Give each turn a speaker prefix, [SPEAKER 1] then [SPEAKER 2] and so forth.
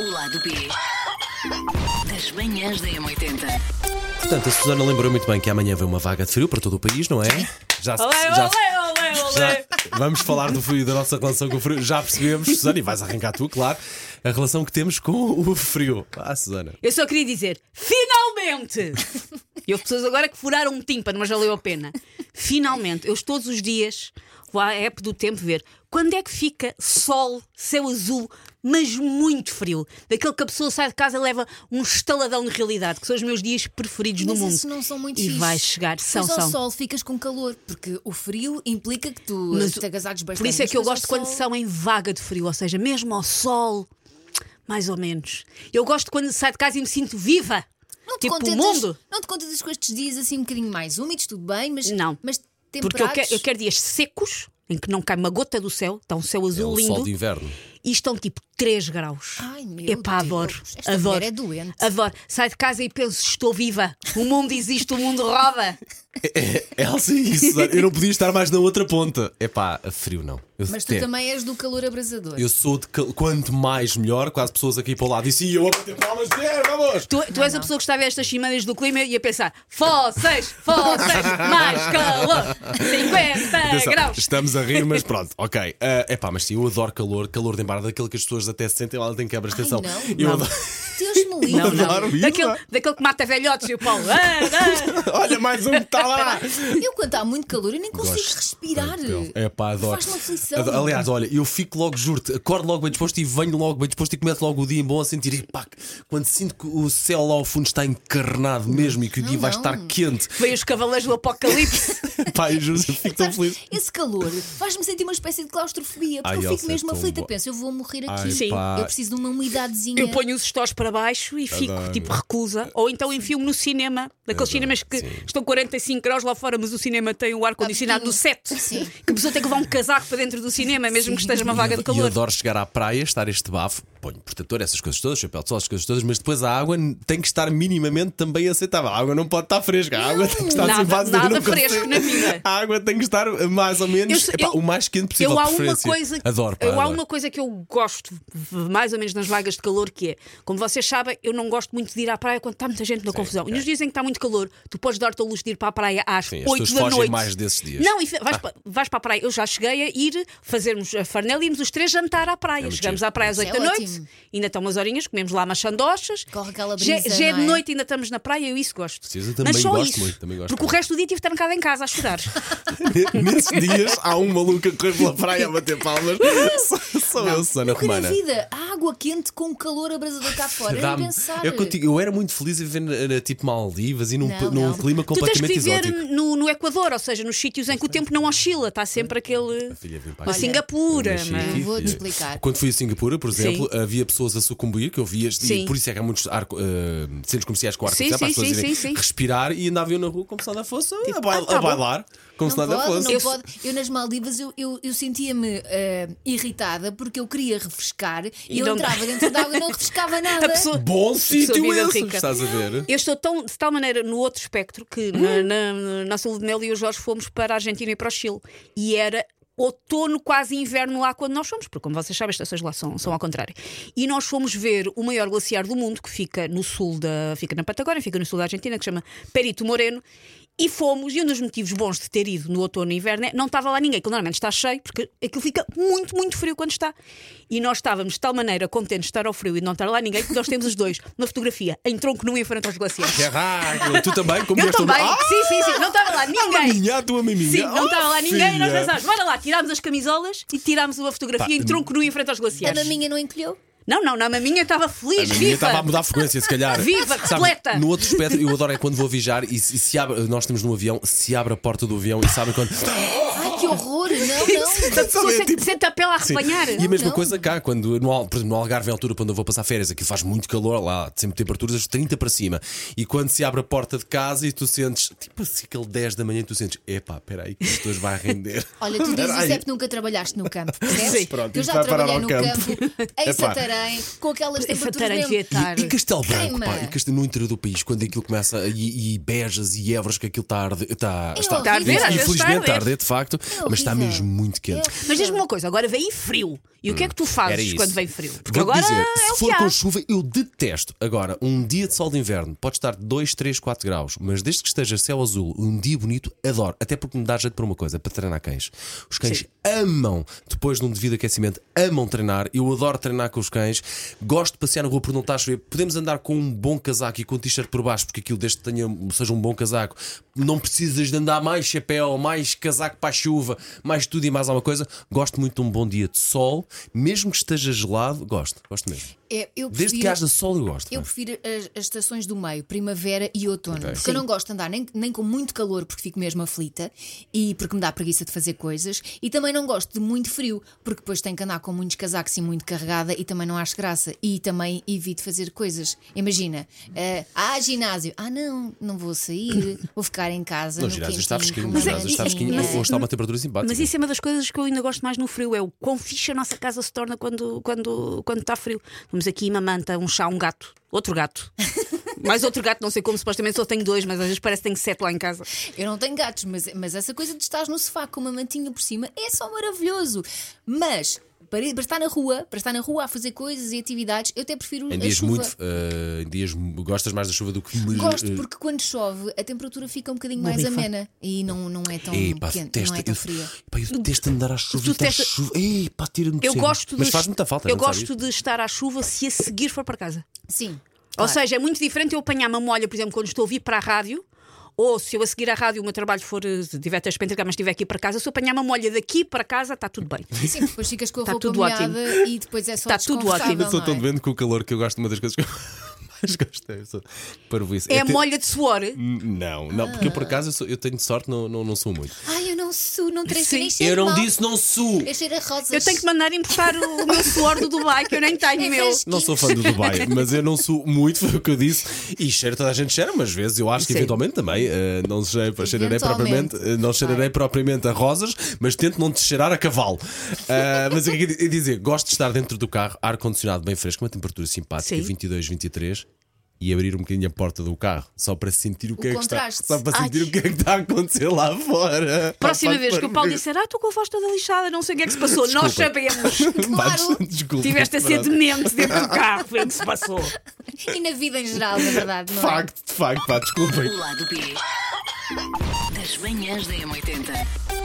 [SPEAKER 1] O lado B das manhãs da M80.
[SPEAKER 2] Portanto, a Susana lembrou muito bem que amanhã vem uma vaga de frio para todo o país, não é? Já, se-
[SPEAKER 3] Olé,
[SPEAKER 2] já-
[SPEAKER 3] olé, olé, olé.
[SPEAKER 2] já- vamos falar do frio e da nossa relação com o frio. Já percebemos, Susana, e vais arrancar tu, claro, a relação que temos com o frio. Ah, Susana.
[SPEAKER 3] Eu só queria dizer, finalmente! e houve pessoas agora que furaram um tímpano, mas valeu a pena. Finalmente, eu todos os dias vou à app do tempo ver quando é que fica sol, céu azul, mas muito frio. Daquele que a pessoa sai de casa e leva um estaladão de realidade, que são os meus dias preferidos
[SPEAKER 4] Mas
[SPEAKER 3] no mundo.
[SPEAKER 4] esses não são muito
[SPEAKER 3] E
[SPEAKER 4] fixe.
[SPEAKER 3] vai chegar, são,
[SPEAKER 4] Mas ao
[SPEAKER 3] são.
[SPEAKER 4] sol ficas com calor, porque o frio implica que tu
[SPEAKER 3] Mas
[SPEAKER 4] te agasalhes bastante.
[SPEAKER 3] Por isso é que eu
[SPEAKER 4] mas ao
[SPEAKER 3] gosto quando
[SPEAKER 4] sol-
[SPEAKER 3] são em vaga de frio, ou seja, mesmo ao sol, mais ou menos. Eu gosto quando saio de casa e me sinto viva.
[SPEAKER 4] Não te
[SPEAKER 3] tipo o
[SPEAKER 4] contentas-
[SPEAKER 3] mundo.
[SPEAKER 4] Não te contentas com estes dias assim um bocadinho mais úmidos, tudo bem, mas.
[SPEAKER 3] Não.
[SPEAKER 4] Mas
[SPEAKER 3] Porque eu
[SPEAKER 4] temperados.
[SPEAKER 3] quero, eu quero dias secos, em que não cai uma gota do céu, está um céu
[SPEAKER 2] É
[SPEAKER 3] azul
[SPEAKER 2] o
[SPEAKER 3] lindo,
[SPEAKER 2] sol de inverno.
[SPEAKER 3] e estão tipo 3 graus.
[SPEAKER 4] Ai, meu
[SPEAKER 3] Epá,
[SPEAKER 4] Deus,
[SPEAKER 3] adoro.
[SPEAKER 4] esta
[SPEAKER 3] adoro.
[SPEAKER 4] mulher é doente.
[SPEAKER 3] Adoro. Saio de casa e penso, estou viva. O mundo existe, o mundo roda.
[SPEAKER 2] Elsa É, e Susana, eu não podia estar mais na outra ponta. Epá, frio não. Eu
[SPEAKER 4] Mas tu
[SPEAKER 2] até-
[SPEAKER 4] também és do calor abrasador.
[SPEAKER 2] Eu sou de cal- quanto mais melhor, quase pessoas aqui para o lado disse, e eu a bater palmas, é, vamos!
[SPEAKER 3] Tu, tu és a pessoa que estava a estas chimanas do clima e a pensar: fósseis, fósseis, mais calor, 50
[SPEAKER 4] É,
[SPEAKER 2] Atenção,
[SPEAKER 3] graus.
[SPEAKER 2] Estamos a rir, mas pronto, ok. É epá, mas sim, eu adoro calor, calor de embargo, daquele que as pessoas até sentem lá, tem quebras de
[SPEAKER 4] Ai,
[SPEAKER 2] atenção.
[SPEAKER 4] não,
[SPEAKER 2] eu
[SPEAKER 4] não.
[SPEAKER 2] adoro-
[SPEAKER 4] Deus me livre.
[SPEAKER 3] Não, não.
[SPEAKER 2] adoro isso.
[SPEAKER 3] Daquele, daquele que mata velhotes e o Paulo. Ah, ah.
[SPEAKER 2] Olha, mais um que está lá!
[SPEAKER 4] Eu quando há muito calor, eu nem consigo respirar.
[SPEAKER 2] É pá, adoro.
[SPEAKER 4] Faz-me aflição.
[SPEAKER 2] Adoro. Aliás, olha, eu fico logo, juro-te, acordo logo bem disposto e venho logo bem disposto e começo logo o dia em bom a sentir. Epá, quando sinto que o céu lá ao fundo está encarnado mesmo e que o dia vai
[SPEAKER 4] não.
[SPEAKER 2] estar quente,
[SPEAKER 3] Veio os cavaleiros do Apocalipse.
[SPEAKER 2] pá, eu juro, eu fico tão
[SPEAKER 4] Sabes,
[SPEAKER 2] feliz.
[SPEAKER 4] esse calor faz-me sentir uma espécie de claustrofobia, porque
[SPEAKER 2] Ai,
[SPEAKER 4] eu
[SPEAKER 2] Elsa,
[SPEAKER 4] fico mesmo
[SPEAKER 2] é tão
[SPEAKER 4] aflita.
[SPEAKER 2] bom.
[SPEAKER 4] Penso, eu vou morrer aqui.
[SPEAKER 2] Ai,
[SPEAKER 3] Sim.
[SPEAKER 2] pá.
[SPEAKER 4] Eu preciso de uma umidadezinha.
[SPEAKER 3] Eu ponho os estós para baixo e fico
[SPEAKER 2] Adoro.
[SPEAKER 3] tipo reclusa. Ou então enfio-me no cinema. Daqueles cinemas que estão 45 graus lá fora, mas o cinema tem o ar-condicionado do
[SPEAKER 4] Abertinho.
[SPEAKER 3] 7.
[SPEAKER 4] Sim.
[SPEAKER 3] Que a pessoa tem que levar um casaco para dentro do cinema, mesmo que esteja uma vaga
[SPEAKER 2] E
[SPEAKER 3] de
[SPEAKER 2] eu
[SPEAKER 3] calor.
[SPEAKER 2] adoro chegar à praia, estar este bafo, ponho protetor, essas coisas todas, chapéu de sol, essas coisas todas, mas depois a água n- tem que estar minimamente também aceitável. A água não pode estar fresca, a água tem que estar
[SPEAKER 3] nada-
[SPEAKER 2] sem base
[SPEAKER 3] nada
[SPEAKER 2] eu não
[SPEAKER 3] fresco
[SPEAKER 2] consigo.
[SPEAKER 3] na vida.
[SPEAKER 2] A água tem que estar mais ou menos
[SPEAKER 3] Eu-
[SPEAKER 2] epá,
[SPEAKER 3] eu-
[SPEAKER 2] o mais quente possível.
[SPEAKER 3] eu
[SPEAKER 2] de
[SPEAKER 3] há uma
[SPEAKER 2] preferência.
[SPEAKER 3] coisa
[SPEAKER 2] Adoro, pá,
[SPEAKER 3] eu há
[SPEAKER 2] adoro.
[SPEAKER 3] uma coisa que eu gosto v- mais ou menos nas vagas de calor que é como vocês sabem eu não gosto muito de ir à praia quando está muita gente na confusão e nos dias em que está muito calor tu podes dar-te a luz de ir para a praia às
[SPEAKER 2] é. Sim, as
[SPEAKER 3] 8
[SPEAKER 2] pessoas
[SPEAKER 3] da
[SPEAKER 2] fogem
[SPEAKER 3] noite
[SPEAKER 2] mais desses dias. Ah.
[SPEAKER 3] não e fe- vais, pa- vais para a praia eu já cheguei a ir fazermos a farnela e íamos os três jantar à praia
[SPEAKER 2] muito
[SPEAKER 3] chegamos
[SPEAKER 2] giro.
[SPEAKER 3] à praia às
[SPEAKER 4] Isso
[SPEAKER 3] 8
[SPEAKER 4] é
[SPEAKER 3] da noite
[SPEAKER 4] ótimo.
[SPEAKER 3] ainda estão umas horinhas comemos lá umas sandochas
[SPEAKER 4] Corre aquela
[SPEAKER 3] já,
[SPEAKER 4] brisa,
[SPEAKER 3] já é de
[SPEAKER 4] não é?
[SPEAKER 3] noite ainda estamos na praia eu isso gosto
[SPEAKER 2] Sim, eu
[SPEAKER 3] mas
[SPEAKER 2] também
[SPEAKER 3] só
[SPEAKER 2] gosto
[SPEAKER 3] isso
[SPEAKER 2] muito, também gosto
[SPEAKER 3] porque o
[SPEAKER 2] muito.
[SPEAKER 3] resto do dia tive de estar trancada em casa a chorar
[SPEAKER 2] Nesses dias há um maluco a correr pela praia a bater palmas. Sou, sou eu, Susana
[SPEAKER 4] Nunca na
[SPEAKER 2] Romana.
[SPEAKER 4] vida, a água quente com o calor abrasador cá fora. Eu
[SPEAKER 2] Dá-me-
[SPEAKER 4] nem pensar.
[SPEAKER 2] eu, contigo- eu era muito feliz a viver na, na- tipo Maldivas e num,
[SPEAKER 4] Não,
[SPEAKER 2] num
[SPEAKER 4] não.
[SPEAKER 2] clima
[SPEAKER 3] Tu tens que
[SPEAKER 2] completamente
[SPEAKER 3] viver
[SPEAKER 2] exótico.
[SPEAKER 3] no, no Equador, ou seja, nos sítios em que o tempo não oscila, está sempre aquele.
[SPEAKER 2] Filha, vem para
[SPEAKER 3] Ou
[SPEAKER 2] aqui.
[SPEAKER 3] Singapura,
[SPEAKER 2] Eu nasci
[SPEAKER 3] mas-
[SPEAKER 2] aqui,
[SPEAKER 4] Eu vou-te
[SPEAKER 2] filha.
[SPEAKER 4] explicar.
[SPEAKER 2] Quando fui a Singapura, por exemplo, havia pessoas a sucumbir, que eu via,
[SPEAKER 3] Sim.
[SPEAKER 2] e por isso é que há muitos arco- eh, centros comerciais com
[SPEAKER 3] Sim,
[SPEAKER 2] arco-íris, para as
[SPEAKER 3] sim,
[SPEAKER 2] pessoas
[SPEAKER 3] sim,
[SPEAKER 2] irem
[SPEAKER 3] sim, sim.
[SPEAKER 2] respirar e andavam eu na rua como se nada fosse a, bail-
[SPEAKER 3] ah, tá
[SPEAKER 2] a bailar, como
[SPEAKER 4] Não
[SPEAKER 2] se nada
[SPEAKER 4] pode,
[SPEAKER 2] fosse.
[SPEAKER 4] não
[SPEAKER 3] Eu-
[SPEAKER 4] pode. Eu nas Maldivas eu, eu, eu sentia-me eh, irritada porque eu queria refrescar e,
[SPEAKER 3] E
[SPEAKER 4] eu
[SPEAKER 3] não-
[SPEAKER 4] entrava dentro da água e não refrescava nada.
[SPEAKER 3] A pessoa-
[SPEAKER 2] Bom sítio
[SPEAKER 3] vida
[SPEAKER 2] esse,
[SPEAKER 3] rica.
[SPEAKER 2] estás a ver?
[SPEAKER 3] Eu estou tão, de tal maneira no outro espectro que
[SPEAKER 2] Uhum.
[SPEAKER 3] na, na, na nossa lua de mel e o Jorge fomos para a Argentina e para o Chile. E era outono, quase inverno lá quando nós fomos, porque como vocês sabem, as estações lá são, são ao contrário. E nós fomos ver o maior glaciar do mundo, que fica no sul da. fica na Patagónia, fica no sul da Argentina, que se chama Perito Moreno. E fomos, e um dos motivos bons de ter ido no outono e inverno é não estava lá ninguém, que normalmente está cheio, porque aquilo fica muito, muito frio quando está. E nós estávamos de tal maneira contentes de estar ao frio e de não estar lá ninguém, que nós temos os dois na fotografia, em tronco nu em frente aos glaciares.
[SPEAKER 2] Caralho, tu também, como
[SPEAKER 3] Eu
[SPEAKER 2] és tão-
[SPEAKER 3] também,
[SPEAKER 2] Ah,
[SPEAKER 3] sim, sim, sim, não estava lá ninguém.
[SPEAKER 2] maminha, a tua maminha.
[SPEAKER 3] Sim, não
[SPEAKER 2] Ah,
[SPEAKER 3] estava lá ninguém, e nós
[SPEAKER 2] filha.
[SPEAKER 3] pensámos, bora lá, tirámos as camisolas e tirámos uma fotografia
[SPEAKER 2] Pá,
[SPEAKER 3] em tronco nu em frente aos
[SPEAKER 4] A
[SPEAKER 3] glaciares.
[SPEAKER 4] maminha não encolheu?
[SPEAKER 3] Não, não, não, a maminha estava
[SPEAKER 2] A
[SPEAKER 3] feliz,
[SPEAKER 2] minha
[SPEAKER 3] viva.
[SPEAKER 2] estava a mudar a frequência, se calhar.
[SPEAKER 3] Viva, repleta.
[SPEAKER 2] No outro espectro, eu adoro é quando vou viajar e se, e se abre, nós temos num avião, se abre a porta do avião e sabem quando.
[SPEAKER 4] Ai que horror! Não, não!
[SPEAKER 3] A pessoa
[SPEAKER 2] é
[SPEAKER 3] sente-
[SPEAKER 2] tipo-
[SPEAKER 3] sente a pele a arrepanhar.
[SPEAKER 2] E a mesma
[SPEAKER 4] não.
[SPEAKER 2] coisa cá, quando no, Al- por exemplo, no Algarve, a altura, quando eu vou passar férias, aqui faz muito calor lá, sempre temperaturas de 30 para cima. E quando se abre a porta de casa e tu sentes, tipo assim, aquele 10 da manhã, e tu sentes, epá, peraí, que isto hoje vai render.
[SPEAKER 4] Olha, tu dizes
[SPEAKER 2] Peraí.
[SPEAKER 4] isso é porque nunca trabalhaste no campo,
[SPEAKER 3] Sim.
[SPEAKER 4] percebes?
[SPEAKER 2] Pronto,
[SPEAKER 4] eu
[SPEAKER 2] isto
[SPEAKER 4] já
[SPEAKER 2] vai parar
[SPEAKER 4] trabalhei
[SPEAKER 2] ao
[SPEAKER 4] no
[SPEAKER 2] campo.
[SPEAKER 4] campo,
[SPEAKER 2] Epá.
[SPEAKER 4] em Santarém, com aquelas temperaturas
[SPEAKER 3] Santarém devia
[SPEAKER 4] mesmo.
[SPEAKER 3] estar.
[SPEAKER 2] E, e Castelo Branco,
[SPEAKER 4] Queima.
[SPEAKER 2] pá, e Castelo, no interior do país, quando aquilo começa, a- e, e Bejas e Évores, que aquilo está a arder. Está,
[SPEAKER 4] É
[SPEAKER 2] está,
[SPEAKER 3] Está
[SPEAKER 4] horrível. É
[SPEAKER 3] a arder, às vezes
[SPEAKER 2] infelizmente
[SPEAKER 3] está
[SPEAKER 2] está a
[SPEAKER 3] a arder.
[SPEAKER 2] arder, de facto. mas está
[SPEAKER 4] horrível.
[SPEAKER 2] mesmo muito quente.
[SPEAKER 4] É.
[SPEAKER 3] Mas diz-me uma coisa, agora vem frio. E o que é que tu
[SPEAKER 2] Hum, Era
[SPEAKER 3] fazes
[SPEAKER 2] isso.
[SPEAKER 3] quando vem frio? Porque
[SPEAKER 2] Vou-te
[SPEAKER 3] agora
[SPEAKER 2] dizer,
[SPEAKER 3] é
[SPEAKER 2] se
[SPEAKER 3] o que
[SPEAKER 2] for
[SPEAKER 3] há.
[SPEAKER 2] com chuva, eu detesto. Agora, um dia de sol de inverno pode estar 2, 3, 4 graus, mas desde que esteja céu azul, um dia bonito, adoro. Até porque me dá jeito para uma coisa, para treinar cães. Os cães
[SPEAKER 3] Sim.
[SPEAKER 2] amam, depois de um devido aquecimento, amam treinar. Eu adoro treinar com os cães. Gosto de passear na rua por não estar a chover. Podemos andar com um bom casaco e com um t-shirt por baixo, porque aquilo desde que tenha, seja um bom casaco, não precisas de andar mais chapéu, mais casaco para a chuva, mais tudo e mais alguma coisa. Gosto muito de um bom dia de sol, mesmo que esteja gelado, gosto, gosto mesmo.
[SPEAKER 4] É, eu
[SPEAKER 2] Desde
[SPEAKER 4] prefiro-
[SPEAKER 2] que haja sol, eu gosto.
[SPEAKER 4] Eu
[SPEAKER 2] pá.
[SPEAKER 4] prefiro as, as estações do meio, primavera e outono, porque
[SPEAKER 3] Sim.
[SPEAKER 4] eu não gosto de andar nem, nem com muito calor, porque fico mesmo aflita e porque me dá preguiça de fazer coisas, e também não gosto de muito frio, porque depois tenho que andar com muitos casacos e muito carregada e também não acho graça, e também evito fazer coisas. Imagina, eh, ah, ginásio, ah, não, não vou sair, vou ficar em casa.
[SPEAKER 2] No
[SPEAKER 4] no é
[SPEAKER 2] ginásio está
[SPEAKER 4] quentinho,
[SPEAKER 2] fresquinho,
[SPEAKER 4] com
[SPEAKER 2] no
[SPEAKER 4] uma
[SPEAKER 2] ginásio está
[SPEAKER 3] mas-
[SPEAKER 2] fresquinho,
[SPEAKER 3] mas-
[SPEAKER 2] ou está uma temperatura simpática.
[SPEAKER 3] Mas isso é uma das coisas que eu ainda gosto mais no frio: é o quão fixe a nossa casa se torna quando, quando, quando está frio. Vamos aqui uma manta, um chá, um gato, outro gato. Mais outro gato, não sei como, supostamente só tenho dois, mas às vezes parece que tenho sete lá em casa.
[SPEAKER 4] Eu não tenho gatos, mas, mas essa coisa de estar no sofá com uma mantinha por cima é só maravilhoso. Mas para, para estar na rua, para estar na rua a fazer coisas e atividades, eu até prefiro
[SPEAKER 2] Em
[SPEAKER 4] a
[SPEAKER 2] dias
[SPEAKER 4] chuva.
[SPEAKER 2] muito. eh, em dias gostas mais da chuva do que.
[SPEAKER 4] Gosto
[SPEAKER 2] eh,
[SPEAKER 4] porque quando chove a temperatura fica um bocadinho
[SPEAKER 3] Uma
[SPEAKER 4] mais
[SPEAKER 3] rifa.
[SPEAKER 4] amena e não, não é tão
[SPEAKER 2] Epá,
[SPEAKER 4] quente, não é tão fria.
[SPEAKER 2] Eu, pá, eu detesto andar à chuva
[SPEAKER 3] Tu
[SPEAKER 2] e estar
[SPEAKER 3] detesta-
[SPEAKER 2] chuva. Epá, tira-me de
[SPEAKER 3] Eu
[SPEAKER 2] cima.
[SPEAKER 3] gosto de.
[SPEAKER 2] Mas faz muita falta.
[SPEAKER 3] Eu
[SPEAKER 2] não sabes
[SPEAKER 3] gosto de estar à chuva se a seguir for para casa.
[SPEAKER 4] Sim.
[SPEAKER 3] Ou seja, é muito diferente eu apanhar uma molha, por exemplo, quando estou a vir para a rádio, ou se eu a seguir à rádio o meu trabalho for, eh, se tiver até espentregar, mas estiver aqui para casa, se eu apanhar uma molha daqui para casa, está tudo bem.
[SPEAKER 4] Sim, depois ficas com a
[SPEAKER 3] Tá
[SPEAKER 4] roupa
[SPEAKER 3] tudo ótimo.
[SPEAKER 4] molhada e depois é só
[SPEAKER 3] Tá tudo
[SPEAKER 4] desconfortável,
[SPEAKER 3] ótimo.
[SPEAKER 2] Eu sou
[SPEAKER 4] não
[SPEAKER 2] tão
[SPEAKER 4] é?
[SPEAKER 2] doente com o calor que eu gosto de uma das coisas que eu mais gosto. é só- parvoíce.
[SPEAKER 3] É a
[SPEAKER 2] ter-
[SPEAKER 3] molha de suor.
[SPEAKER 2] Não, não, porque eu por acaso eu, sou- eu tenho sorte, não, não, não sou muito.
[SPEAKER 4] Ai, eu não sou, não terei
[SPEAKER 3] Sim.
[SPEAKER 4] nem cheiro
[SPEAKER 2] Eu não
[SPEAKER 4] mal.
[SPEAKER 2] disse não sou.
[SPEAKER 4] Eu cheiro a rosas.
[SPEAKER 3] Eu tenho que mandar importar o, o meu suor do Dubai, que eu nem tenho
[SPEAKER 4] É
[SPEAKER 3] meu.
[SPEAKER 4] fresquinho.
[SPEAKER 2] Não sou fã do Dubai, mas eu não sou muito, foi o que eu disse. E cheiro, toda a gente cheira, mas às vezes eu acho que
[SPEAKER 3] Sim.
[SPEAKER 2] eventualmente também eh, não cheirei, cheirarei
[SPEAKER 4] Eventualmente.
[SPEAKER 2] propriamente, eh, não cheirarei propriamente a rosas, mas tento não te cheirar a cavalo. Ah, mas o que é que eu ia dizer? Gosto de estar dentro do carro, ar-condicionado bem fresco, uma temperatura simpática,
[SPEAKER 3] Sim.
[SPEAKER 2] 22, 23. E abrir um bocadinho a porta do carro só para sentir o que é que está
[SPEAKER 4] contraste.
[SPEAKER 2] só para
[SPEAKER 4] Ai.
[SPEAKER 2] sentir o que é que está a acontecer lá fora.
[SPEAKER 3] Próxima
[SPEAKER 2] Opa,
[SPEAKER 3] vez que o Paulo
[SPEAKER 2] maravilha.
[SPEAKER 3] disser, ah, estou com a voz toda lixada, não sei o que é que se passou, nós sabemos.
[SPEAKER 2] Pá,
[SPEAKER 4] Claro.
[SPEAKER 2] desculpa,
[SPEAKER 3] Tiveste a ser
[SPEAKER 2] pronto.
[SPEAKER 3] demente dentro do carro, foi o que se passou.
[SPEAKER 4] E na vida em geral, na verdade,
[SPEAKER 2] De
[SPEAKER 4] não é?
[SPEAKER 2] facto, de facto, pá, desculpem.
[SPEAKER 1] O lado B das manhãs da M80.